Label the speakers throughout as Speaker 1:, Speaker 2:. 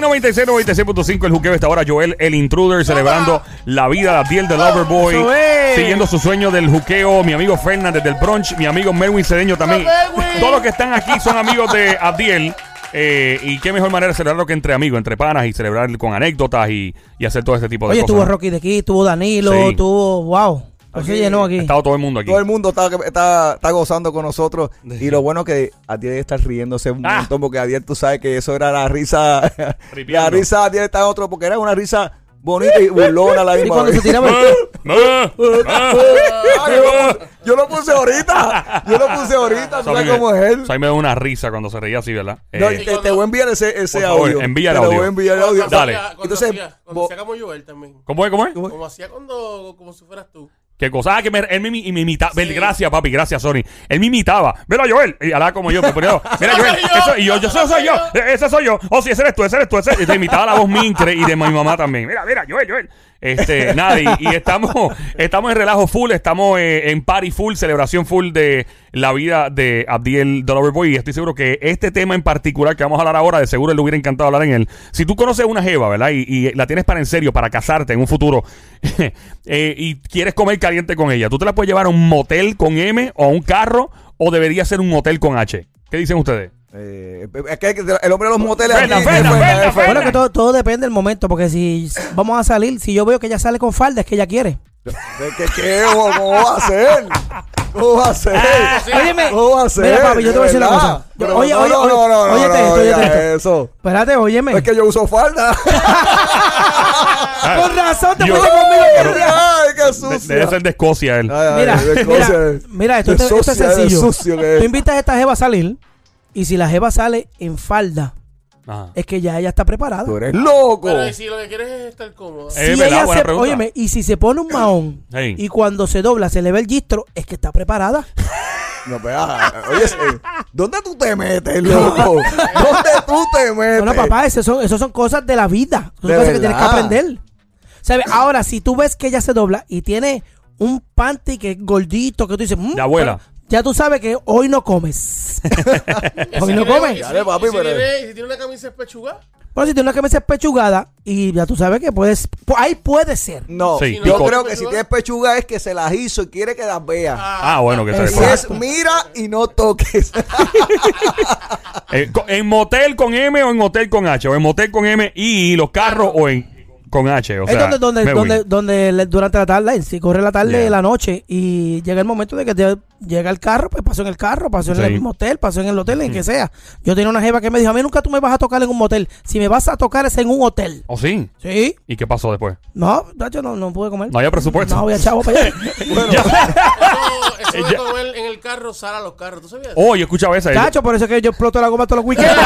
Speaker 1: 96, 96.5 el juqueo esta hora. Joel, el intruder, celebrando la vida, la piel del Loverboy.
Speaker 2: Oh, Eso es.
Speaker 1: Siguiendo su sueño del juqueo. Mi amigo Fernández del Brunch, mi amigo Melwin Cedeño también.
Speaker 2: Melwin.
Speaker 1: Todos los que están aquí son amigos de Adiel. eh, y qué mejor manera de celebrarlo que entre amigos, entre panas y celebrar con anécdotas y, y hacer todo este tipo de
Speaker 3: Oye,
Speaker 1: cosas.
Speaker 3: estuvo Rocky de aquí, estuvo Danilo,
Speaker 1: Sí.
Speaker 3: estuvo. ¡Wow! Así
Speaker 2: Aquí
Speaker 3: llenó
Speaker 1: Ha
Speaker 3: aquí.
Speaker 1: estado todo el mundo aquí.
Speaker 2: Todo el mundo está, está, está gozando con nosotros. Y lo bueno es que Adiel está riéndose un
Speaker 1: Ah.
Speaker 2: montón, porque Adiel tú sabes que eso era la risa.
Speaker 1: Ripiando.
Speaker 2: la risa de Adiel está en otro, porque era una risa bonita y burlona a la
Speaker 3: Y
Speaker 2: misma
Speaker 3: cuando se
Speaker 2: vez.
Speaker 3: tiraba el.
Speaker 1: Ah, ah,
Speaker 2: Ah, yo, lo puse, yo lo puse ahorita. Yo lo puse ahorita.
Speaker 1: Sabe
Speaker 2: ¿Tú sabes
Speaker 1: que-
Speaker 2: cómo es él?
Speaker 1: Sabe, me da una risa cuando se reía así, ¿verdad?
Speaker 2: No,
Speaker 1: Eh,
Speaker 2: te, te voy a enviar ese, ese
Speaker 1: por favor,
Speaker 2: audio.
Speaker 1: envía el
Speaker 2: Te lo
Speaker 1: audio.
Speaker 2: voy a enviar el audio.
Speaker 1: Dale.
Speaker 4: Entonces,
Speaker 2: Entonces, vos-
Speaker 4: cuando hacía como Joel también.
Speaker 1: ¿Cómo es? ¿Cómo es?
Speaker 2: ¿Cómo Oh. es?
Speaker 4: Como hacía cuando, como si fueras tú.
Speaker 1: ¿Qué cosa? Ah, que me, él me, imi- me imitaba.
Speaker 4: Sí.
Speaker 1: Gracias, papi, gracias, Sony. Él me imitaba. Mira, Joel. Y hablaba como yo. Me ponía, Mira, Joel. eso- y yo, yo, eso soy yo. eh, Ese soy yo. Oh, sí, ese eres tú, ese eres tú. Ese. Y te imitaba la voz mincre y de mi mamá también. Mira, mira, Joel, Joel. Este, nada, y, y estamos, estamos en relajo full, estamos eh, en party full, celebración full de la vida de Abdiel Dollarboy. Y estoy seguro que este tema en particular que vamos a hablar ahora, de seguro le hubiera encantado hablar en él. Si tú conoces una jeva, ¿verdad? Y, y la tienes para en serio, para casarte en un futuro, eh, y quieres comer caliente con ella, ¿tú te la puedes llevar a un motel con M o a un carro o debería ser un motel con H? ¿Qué dicen ustedes?
Speaker 2: eh, es que el hombre de los moteles.
Speaker 1: Fernan,
Speaker 2: aquí-
Speaker 1: Fernan,
Speaker 2: Fernan,
Speaker 1: Fernan,
Speaker 2: Fernan.
Speaker 3: Bueno, que todo, todo depende del momento, porque si vamos a salir, si yo veo que ella sale con falda, es que ella quiere.
Speaker 2: ¿Qué, qué, qué? ¿Cómo cómo va a ser? ¿Cómo va a ser?
Speaker 3: Ah, Óyeme,
Speaker 2: ¿Cómo va a ser?
Speaker 3: mira, papi, yo te voy a decir una
Speaker 2: ¿Verdad?
Speaker 3: cosa. Yo-
Speaker 2: Pero
Speaker 3: oye,
Speaker 2: no,
Speaker 3: oye,
Speaker 2: no,
Speaker 3: oye,
Speaker 2: no, no,
Speaker 3: óyete
Speaker 2: no,
Speaker 3: esto,
Speaker 2: digas
Speaker 3: óyete esto.
Speaker 2: eso.
Speaker 3: Espérate, óyeme.
Speaker 2: Es que yo uso falda.
Speaker 1: Ah,
Speaker 3: Con razón te
Speaker 1: yo-
Speaker 3: fuiste conmigo.
Speaker 1: Pero-
Speaker 2: Ay, qué
Speaker 1: de-
Speaker 2: sucio.
Speaker 1: debe ser de Escocia él.
Speaker 2: Ay, ay,
Speaker 3: Mira,
Speaker 2: de
Speaker 3: mira,
Speaker 2: cosas.
Speaker 3: mira, esto,
Speaker 2: De
Speaker 3: esto- esto es
Speaker 2: sucia, de
Speaker 3: sencillo.
Speaker 2: sucio que es.
Speaker 3: Tú invitas a esta jeva a salir y si la jeva sale en falda,
Speaker 1: Ajá.
Speaker 3: es que ya ella está preparada.
Speaker 2: Tú eres loco.
Speaker 4: Pero y si lo que quieres es estar cómodo.
Speaker 3: Si
Speaker 1: Eh,
Speaker 3: ella
Speaker 1: ¿verdad? Buena
Speaker 3: se-
Speaker 1: pregunta.
Speaker 3: óyeme, y si se pone un mahón
Speaker 1: Ey.
Speaker 3: y cuando se dobla se le ve el gistro, es que está preparada.
Speaker 2: No, pero, ah, oye, eh, ¿dónde tú te metes, loco? ¿Dónde tú te metes?
Speaker 3: No, no, papá, esas son, esas son cosas de la vida. Son
Speaker 2: De
Speaker 3: cosas que tienes que
Speaker 2: verdad.
Speaker 3: aprender. ¿Sabes? Ahora, si tú ves que ella se dobla y tiene un panty que es gordito, que tú dices, "Mm,
Speaker 1: De abuela.
Speaker 3: pero Ya tú sabes que hoy no comes.
Speaker 4: Y
Speaker 3: hoy
Speaker 4: si
Speaker 3: no
Speaker 4: tiene-
Speaker 3: comes.
Speaker 4: y si-
Speaker 2: Dale, papi,
Speaker 4: y si
Speaker 2: pero-
Speaker 4: tiene- y si tiene una camisa espechuga.
Speaker 3: Bueno, si tienes una camisa pechugada y ya tú sabes que puedes. pu- Ahí puede ser.
Speaker 2: No,
Speaker 1: Sí,
Speaker 2: yo
Speaker 1: pico.
Speaker 2: creo que si tienes pechuga es que se las hizo y quiere que las vea.
Speaker 1: Ah, bueno,
Speaker 3: Eh,
Speaker 1: que se
Speaker 2: Y
Speaker 3: Exacto.
Speaker 2: es mira y no toques.
Speaker 1: Eh, co- ¿En motel con M o en hotel con H? ¿O en motel con M y los carros o en con H? O
Speaker 3: es
Speaker 1: sea,
Speaker 3: donde, donde,
Speaker 1: me voy.
Speaker 3: donde, donde le- durante la tarde, si corre la tarde,
Speaker 1: Yeah.
Speaker 3: la noche, y llega el momento de que te- llega el carro, pues pasó en el carro, pasó en
Speaker 1: Sí. Mm.
Speaker 3: el mismo hotel, pasó en el hotel, en que sea. Yo tenía una jeva que me dijo, a mí nunca tú me vas a tocar en un motel. Si me vas a tocar es en un hotel.
Speaker 1: ¿O Oh, sí?
Speaker 3: Sí.
Speaker 1: ¿Y qué pasó después?
Speaker 3: No, yo no, no pude comer.
Speaker 1: No había presupuesto.
Speaker 3: No, voy a chavo para allá.
Speaker 4: Eso, eso de
Speaker 1: Ya.
Speaker 4: comer en el carro, sala a los carros. ¿Tú sabías?
Speaker 1: Oh, yo escuchaba esa.
Speaker 3: Chacho, por eso es que yo exploto la goma todos los weekends.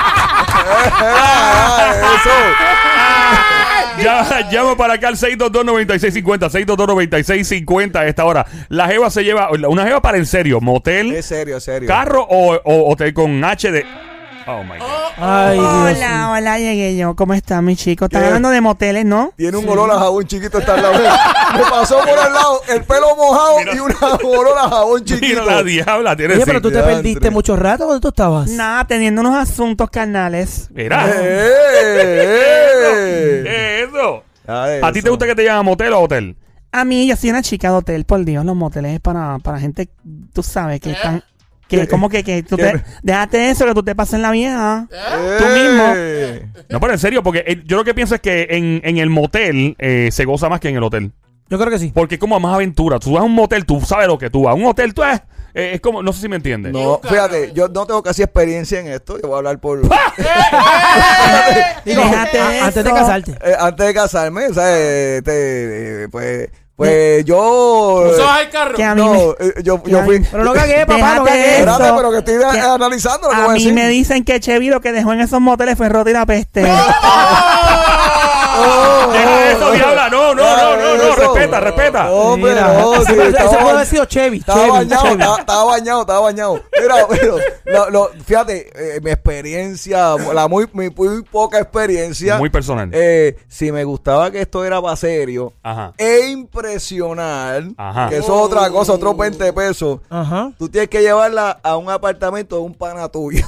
Speaker 2: Ah,
Speaker 1: Ya, llama para acá al 622-9650. 622-9650 a esta hora. La jeva se lleva, una jeva para en serio,
Speaker 2: eso.
Speaker 1: motel,
Speaker 2: Es serio, es serio.
Speaker 1: carro o, o hotel con H de... Oh, my God.
Speaker 3: Ay, Dios.
Speaker 5: Hola, hola, llegué yo. ¿Cómo están, mis chicos? Están
Speaker 2: ¿Qué?
Speaker 5: hablando de moteles, ¿no?
Speaker 2: Tiene un olor a jabón chiquito está al lado. Me pasó por al lado el pelo mojado y un olor a jabón chiquito.
Speaker 1: Mira la diabla, tiene
Speaker 3: Oye,
Speaker 1: sí.
Speaker 3: pero tú te
Speaker 2: diantre.
Speaker 3: perdiste mucho rato ¿dónde tú estabas.
Speaker 5: Nada, teniendo unos asuntos carnales.
Speaker 1: Mira.
Speaker 2: ¡Eh!
Speaker 1: ¿Qué es eso?
Speaker 2: Ah, eso.
Speaker 1: ¿A ti te gusta que te lleven a motel o hotel?
Speaker 5: A mí, yo soy una chica de hotel, por Dios, los moteles es para, para gente, tú sabes, que están...
Speaker 2: Eh,
Speaker 5: Que como que, que tú
Speaker 2: ¿Qué?
Speaker 5: te... Déjate eso, que tú te pases la vieja.
Speaker 2: ¡Eh!
Speaker 5: tú mismo?
Speaker 1: No, pero en serio, porque eh, yo lo que pienso es que en, en el motel eh, se goza más que en el hotel.
Speaker 3: Yo creo que sí.
Speaker 1: Porque es como más aventura. Tú vas a un motel, tú sabes lo que tú vas. A un hotel, tú es, eh, es como, no sé si me entiendes.
Speaker 2: No, fíjate, yo no tengo casi experiencia en esto. Yo voy a hablar por.
Speaker 1: ¡Ah!
Speaker 3: Digo,
Speaker 5: Déjate
Speaker 3: a- antes de
Speaker 5: eso.
Speaker 3: casarte.
Speaker 2: Eh, antes de casarme, o sea, eh, te- eh, pues, pues yo.
Speaker 4: ¿Tú sabes el carro?
Speaker 5: Que a mí
Speaker 2: No,
Speaker 5: me...
Speaker 2: eh, yo,
Speaker 5: que
Speaker 2: yo
Speaker 5: a
Speaker 2: fui.
Speaker 5: mí-
Speaker 3: Pero no cagué, papá, no
Speaker 5: Déjate
Speaker 3: cagué.
Speaker 5: eso.
Speaker 2: Espérate, pero que estoy
Speaker 5: Que-
Speaker 2: analizando lo que voy
Speaker 5: A
Speaker 2: a
Speaker 5: mí
Speaker 2: decir.
Speaker 5: me dicen que Chevi lo que dejó en esos moteles fue rota y la peste.
Speaker 1: Deja eso, diabla. No, no, no, no, no.
Speaker 2: Oh. Eso. Oh.
Speaker 1: Respeta, respeta.
Speaker 2: Hombre,
Speaker 3: Mira,
Speaker 2: no,
Speaker 3: ese-
Speaker 2: sí,
Speaker 3: ese
Speaker 2: estaba
Speaker 3: puede
Speaker 2: ba-
Speaker 3: haber sido Chevy,
Speaker 2: Estaba
Speaker 3: Chevy,
Speaker 2: bañado, ah.
Speaker 3: Chevy.
Speaker 2: estaba- estaba bañado, estaba bañado. Mira, pero lo- lo- fíjate, eh, mi experiencia, la muy, mi muy poca experiencia.
Speaker 1: Muy personal.
Speaker 2: Eh, si me gustaba que esto era para serio
Speaker 1: Ajá.
Speaker 2: e impresionar,
Speaker 1: Ajá.
Speaker 2: que eso es otra cosa, otros 20 pesos.
Speaker 3: Ajá.
Speaker 2: Tú tienes que llevarla a un apartamento de un pana tuyo.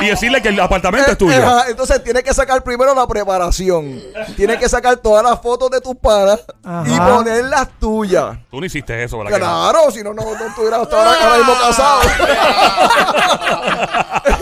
Speaker 1: Y decirle que el apartamento es tuyo.
Speaker 2: Eh, Ajá, Entonces tienes que sacar primero la preparación. Tienes que sacar todas las fotos de tus panas y
Speaker 3: Ajá.
Speaker 2: ponerlas tuyas.
Speaker 1: Tú no hiciste eso, ¿verdad? que no?
Speaker 2: Claro, si no, no, no estuvieras hasta ahora, ahora mismo casado.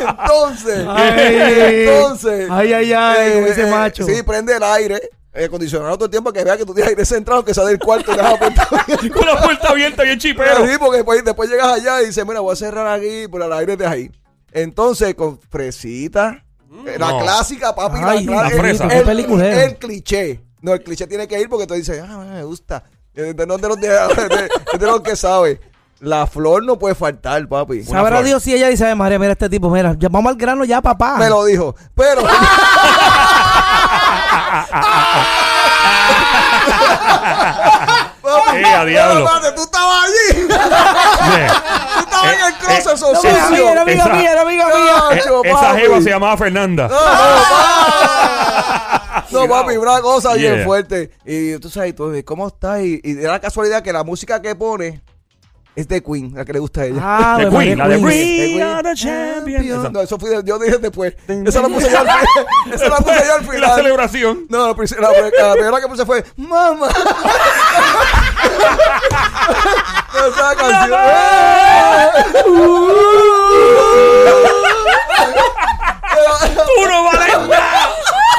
Speaker 2: entonces,
Speaker 3: Ay.
Speaker 2: entonces. Eh,
Speaker 3: Ay, ay, ay, como dice macho.
Speaker 2: Sí, pues, prende el aire. eh, Acondicionado todo el tiempo que vea que tú tienes aire central, aunque sea del cuarto y dejas puerta abierta.
Speaker 1: Con la puerta abierta, bien chipero.
Speaker 2: Sí, porque después, después llegas allá y dices, mira, voy a cerrar aquí, pero el aire de ahí. Entonces, con fresita, eh, la
Speaker 1: No.
Speaker 2: clásica, papi,
Speaker 3: Ay,
Speaker 2: la, cla-
Speaker 1: la
Speaker 2: el-
Speaker 1: fresa.
Speaker 2: El,
Speaker 3: Qué peliculero.
Speaker 2: el cliché. No, el cliché tiene que ir porque tú dices, ah, me gusta. Eh, de- No de los, de, de- es de los que sabe. La flor no puede faltar, papi.
Speaker 1: Una
Speaker 3: Sabrá
Speaker 1: flor.
Speaker 3: Dios si ella dice, "Ay, María, mira este tipo, mira, ya vamos al grano ya, papá.
Speaker 2: Me lo dijo. Pero. Papi,
Speaker 1: Eh, a
Speaker 2: pero
Speaker 1: diablo.
Speaker 2: espérate, tú estabas allí. Tú estabas
Speaker 1: Eh,
Speaker 2: en el closet
Speaker 3: No, mira,
Speaker 2: socio.
Speaker 3: mira, mira,
Speaker 1: Esa-
Speaker 3: mira, mira, mira, mira.
Speaker 2: Nacho,
Speaker 1: Eh, Esa
Speaker 2: papi.
Speaker 1: jeva se llamaba Fernanda.
Speaker 2: No, no, pa- No, papi, una cosa
Speaker 1: Yeah.
Speaker 2: bien fuerte. Y tú sabes, tú, ¿cómo estás? Y, y era la casualidad que la música que pone es de Queen, la que le gusta a ella.
Speaker 3: Ah,
Speaker 1: De
Speaker 3: me
Speaker 1: Queen, la
Speaker 3: María
Speaker 1: de
Speaker 3: Queen.
Speaker 1: Queen.
Speaker 2: De Queen.
Speaker 1: We are the champions.
Speaker 2: Champions.
Speaker 1: Esa.
Speaker 2: No, eso fui de- yo dije después. Esa la puse yo al final. Esa la puse yo
Speaker 1: Y La
Speaker 2: al final.
Speaker 1: celebración.
Speaker 2: No, la, pri- la, la primera que puse fue Mamá. Esa canción.
Speaker 1: ¡Tú no vales nada!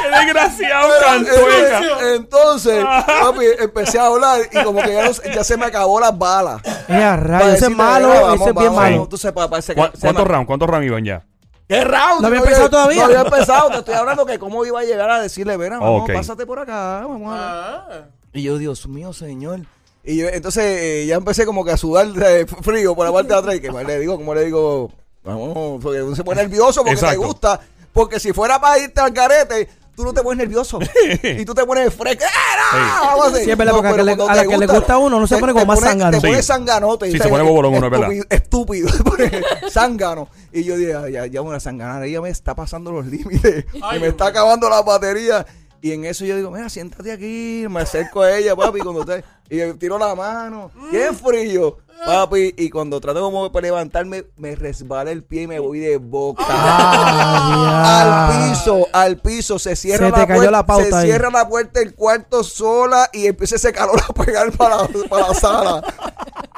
Speaker 1: ¡Qué desgraciado cantueca!
Speaker 2: Entonces, entonces, papi, empecé a hablar y como que ya, no- ya se me acabó las balas.
Speaker 3: Ella, rayo,
Speaker 2: Para
Speaker 3: Ah, ese es
Speaker 2: decirle,
Speaker 3: malo,
Speaker 2: "Mira, vamos,
Speaker 3: ese es bien
Speaker 2: vamos".
Speaker 3: malo.
Speaker 2: Entonces, papá, se-
Speaker 1: ¿Cu-
Speaker 2: se
Speaker 1: ¿Cuántos
Speaker 2: me-
Speaker 1: rounds? ¿Cuántos rounds iban ya?
Speaker 2: ¿Qué round?
Speaker 3: ¿No había
Speaker 2: Oye,
Speaker 3: empezado todavía?
Speaker 2: No había empezado, te estoy hablando que cómo iba a llegar a decirle, verá, vamos,
Speaker 1: Ok.
Speaker 2: pásate por acá, vamos a hablar".
Speaker 4: Ah.
Speaker 2: Y yo, Dios mío, señor. Y yo, entonces eh, ya empecé como que a sudar eh, frío por la parte de atrás. Y que más le digo, como le digo, vamos, porque uno se pone nervioso porque
Speaker 1: Exacto.
Speaker 2: te gusta. Porque si fuera para irte al garete, tú no te pones nervioso. y tú te pones fresco. ¡Ah, no! Vamos así.
Speaker 3: Sí, es verdad, porque a que le-
Speaker 2: cuando
Speaker 3: a la
Speaker 2: te
Speaker 3: que le gusta a uno, no se
Speaker 2: te-
Speaker 3: pone como
Speaker 2: te
Speaker 3: más
Speaker 2: pone-
Speaker 3: zángano.
Speaker 2: Te pones
Speaker 1: Sí.
Speaker 2: sanganote.
Speaker 1: Sí,
Speaker 2: ¿sabes?
Speaker 1: se pone bobolón uno, ¿verdad?
Speaker 2: Estúpido, estúpido. Zángano. Y yo dije, "Ay, ya, ya una zanganada, ella me está pasando los límites.
Speaker 4: Ay,
Speaker 2: y me está acabando la batería. Y en eso yo digo, mira, siéntate aquí. Me acerco a ella, papi, cuando te... Y yo tiro la mano. ¡Qué frío! Papi, y cuando trato como para levantarme, me resbala el pie y me voy de boca. al piso, al piso, se cierra
Speaker 3: Se te
Speaker 2: la
Speaker 3: cayó
Speaker 2: puerta.
Speaker 3: la pauta
Speaker 2: se
Speaker 3: ahí.
Speaker 2: cierra la puerta del cuarto sola y empieza ese calor a pegar para, la- para la sala.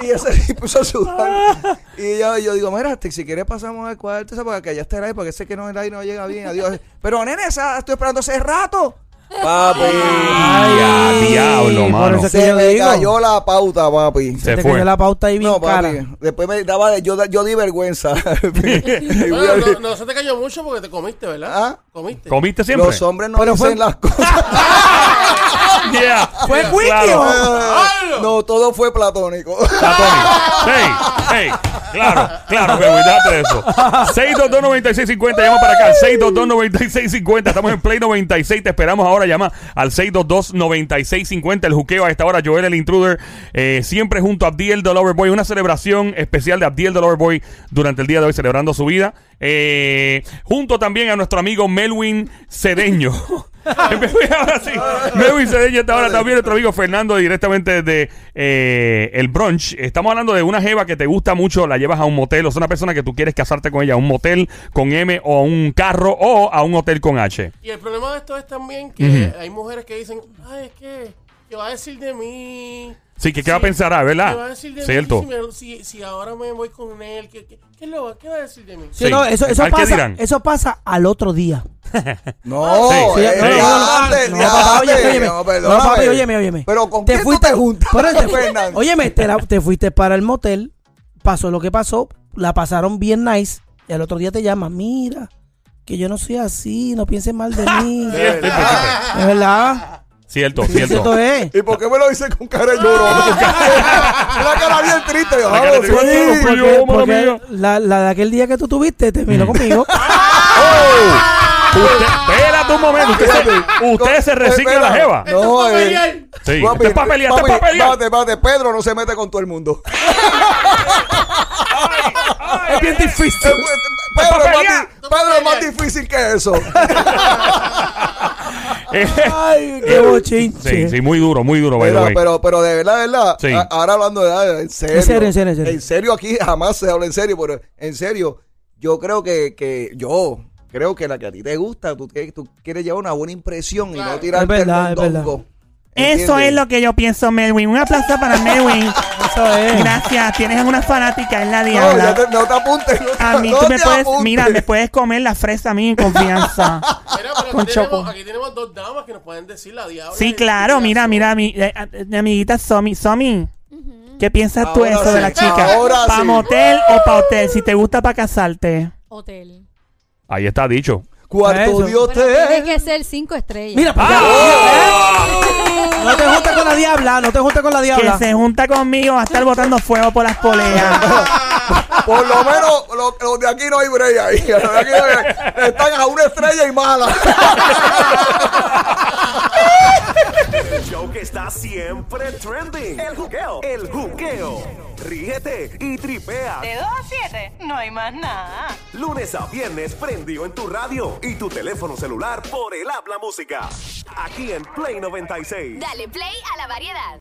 Speaker 2: Y ese tipo empezó a sudar. Y yo, yo digo, mira, te- si quieres pasamos al cuarto, esa, porque allá está el aire, porque sé que no el aire no llega bien. Adiós. Pero nene, esa, estoy esperando hace rato. Papi.
Speaker 1: Ay, a diablo,
Speaker 3: por
Speaker 1: mano.
Speaker 3: eso es que
Speaker 2: se
Speaker 3: yo
Speaker 2: me
Speaker 3: digo.
Speaker 2: cayó la pauta, papi.
Speaker 1: Se
Speaker 3: Te
Speaker 1: fue.
Speaker 3: cayó la pauta ahí bien
Speaker 2: No,
Speaker 3: cara.
Speaker 2: papi. Después me daba, de- yo, yo di vergüenza. Y voy a-
Speaker 4: Bueno, no, no se te cayó mucho porque te comiste, ¿verdad?
Speaker 2: ¿Ah?
Speaker 4: Comiste.
Speaker 1: ¿Comiste siempre?
Speaker 2: Los hombres no
Speaker 3: Pero
Speaker 2: dicen
Speaker 3: fue-
Speaker 2: las cosas.
Speaker 1: Yeah.
Speaker 3: ¿Fue
Speaker 1: Claro.
Speaker 3: Quickie o-
Speaker 4: ¡Hablo!
Speaker 2: no, todo fue platónico.
Speaker 1: Platón. Hey, hey. Claro, claro, pero cuidate de eso. 622-9650, llama para acá. 622-9650. Estamos en Play 96. Te esperamos ahora. Llama al 622-9650. El juqueo a esta hora. Joel el Intruder. eh, siempre junto a Abdiel the Loverboy. Una celebración especial de Abdiel the Loverboy durante el día de hoy, celebrando su vida. Eh, junto también a nuestro amigo Melwin Cedeño. ahora sí. Melwin Cedeño está ahora también. Nuestro amigo Fernando, directamente desde eh, el brunch. Estamos hablando de una jeva que te gusta mucho, la llevas a un motel, o sea, una persona que tú quieres casarte con ella, a un motel con M, o a un carro, o a un hotel con H.
Speaker 4: Y el problema de esto es también que hay mujeres que dicen, ay, es que, ¿qué va a decir de mí?
Speaker 1: Sí, que qué va a pensar, ah, ¿verdad?
Speaker 4: ¿Qué va a decir de
Speaker 1: Cierto.
Speaker 4: mí si, me- si, si ahora me voy con él? ¿Qué, qué, qué, lo va- qué va a decir de mí?
Speaker 3: Sí,
Speaker 1: Sí.
Speaker 3: no, eso, eso
Speaker 1: ¿Al qué
Speaker 3: pasa,
Speaker 1: dirán?
Speaker 3: eso pasa al otro día.
Speaker 2: No,
Speaker 1: Sí, sí,
Speaker 2: eh,
Speaker 1: no, no, no,
Speaker 2: diabate,
Speaker 3: No, papá,
Speaker 2: diabate.
Speaker 3: óyeme, óyeme.
Speaker 2: No,
Speaker 3: No,
Speaker 2: perdóname.
Speaker 3: papi, óyeme, óyeme.
Speaker 2: Pero con quién tú
Speaker 3: fuiste-
Speaker 2: te juntas,
Speaker 3: Pero te-
Speaker 2: Fernan?
Speaker 3: Óyeme, te, la- te fuiste para el motel, pasó lo que pasó, la pasaron bien nice, y al otro día te llaman, mira, que yo no soy así, no pienses mal de mí.
Speaker 1: Cierto,
Speaker 3: es verdad.
Speaker 1: Cierto,
Speaker 3: Sí,
Speaker 1: cierto.
Speaker 3: Cierto es.
Speaker 2: ¿Y por qué me lo dice con cara de lloro? Una cara bien triste. Yo,
Speaker 1: La Ah. cara
Speaker 2: "Ah,
Speaker 1: de-
Speaker 2: sí".
Speaker 1: Porque-
Speaker 3: Porque-
Speaker 1: mala
Speaker 3: porque
Speaker 1: mía. Mm.
Speaker 3: la, la de aquel día que tú tuviste terminó conmigo.
Speaker 1: ¡Oh! Usted, espérate un momento. Usted se, usted se recicla la jeva.
Speaker 4: Esto es
Speaker 2: No, eh,
Speaker 4: papelear.
Speaker 1: Sí. Esto es para pelear, esto es para pelear.
Speaker 2: espérate, espérate, Pedro no se mete con todo el mundo.
Speaker 1: Este Es bien difícil.
Speaker 2: Pedro, es más
Speaker 1: pelear.
Speaker 2: di- Pedro es más difícil que eso.
Speaker 3: Ay, qué bochinche.
Speaker 1: Eh, Sí, sí, muy duro, muy duro, by the
Speaker 2: Mira,
Speaker 1: way.
Speaker 2: pero, pero de verdad, de verdad.
Speaker 1: Sí.
Speaker 2: a- ahora hablando de verdad, en serio.
Speaker 3: En serio, en serio, en serio.
Speaker 2: aquí jamás se habla en serio, pero en serio, yo creo que, que yo creo que la que a ti te gusta, tú, que, tú quieres llevar una buena impresión y no
Speaker 4: Claro.
Speaker 2: tirarte
Speaker 3: Es verdad,
Speaker 2: el
Speaker 3: es verdad.
Speaker 2: mondongo.
Speaker 5: Eso
Speaker 2: ¿Entiendes?
Speaker 5: es lo que yo pienso, Melwin. Un aplauso para Melwin.
Speaker 3: Eso es.
Speaker 5: Gracias, tienes una fanática en la
Speaker 2: No, ya
Speaker 5: diabla.
Speaker 2: te, no te apuntes. No te,
Speaker 5: A mí
Speaker 2: no
Speaker 5: tú me
Speaker 2: te
Speaker 5: puedes,
Speaker 2: apuntes.
Speaker 5: mira, me puedes comer la fresa a mí en confianza.
Speaker 4: Mira, pero
Speaker 5: Con
Speaker 4: aquí,
Speaker 5: Choco.
Speaker 4: tenemos, aquí tenemos dos damas que nos pueden decir la diabla.
Speaker 5: Sí,
Speaker 4: y-
Speaker 5: claro,
Speaker 4: y-
Speaker 5: mira, mira, mi, eh, eh, mi amiguita Somi. Somi, ¿qué piensas tú
Speaker 2: Ahora
Speaker 5: eso de
Speaker 2: sí,
Speaker 5: la chica?
Speaker 2: ahora
Speaker 5: ¿Para
Speaker 2: sí.
Speaker 5: motel o para hotel? Si te gusta para casarte.
Speaker 6: Hotel.
Speaker 1: Ahí está dicho.
Speaker 2: Cuarto
Speaker 3: Eso.
Speaker 2: Dios
Speaker 6: Pero
Speaker 2: te.
Speaker 6: tiene que ser cinco estrellas.
Speaker 3: Mira, pues, ya- no te juntes con la diabla, no te juntes con la
Speaker 5: Que
Speaker 3: diabla.
Speaker 5: se junta conmigo va a estar botando fuego por las poleas.
Speaker 2: Por lo menos los los de aquí no hay break ahí. Los de aquí no hay break. Están a una estrella y mala.
Speaker 7: El show que está siempre trending. El juqueo. El juqueo. Ríete y tripea.
Speaker 8: De 2 a 7, no hay más nada.
Speaker 7: Lunes a viernes prendido en tu radio y tu teléfono celular por el habla música. Aquí en Play 96.
Speaker 9: Dale play a la variedad.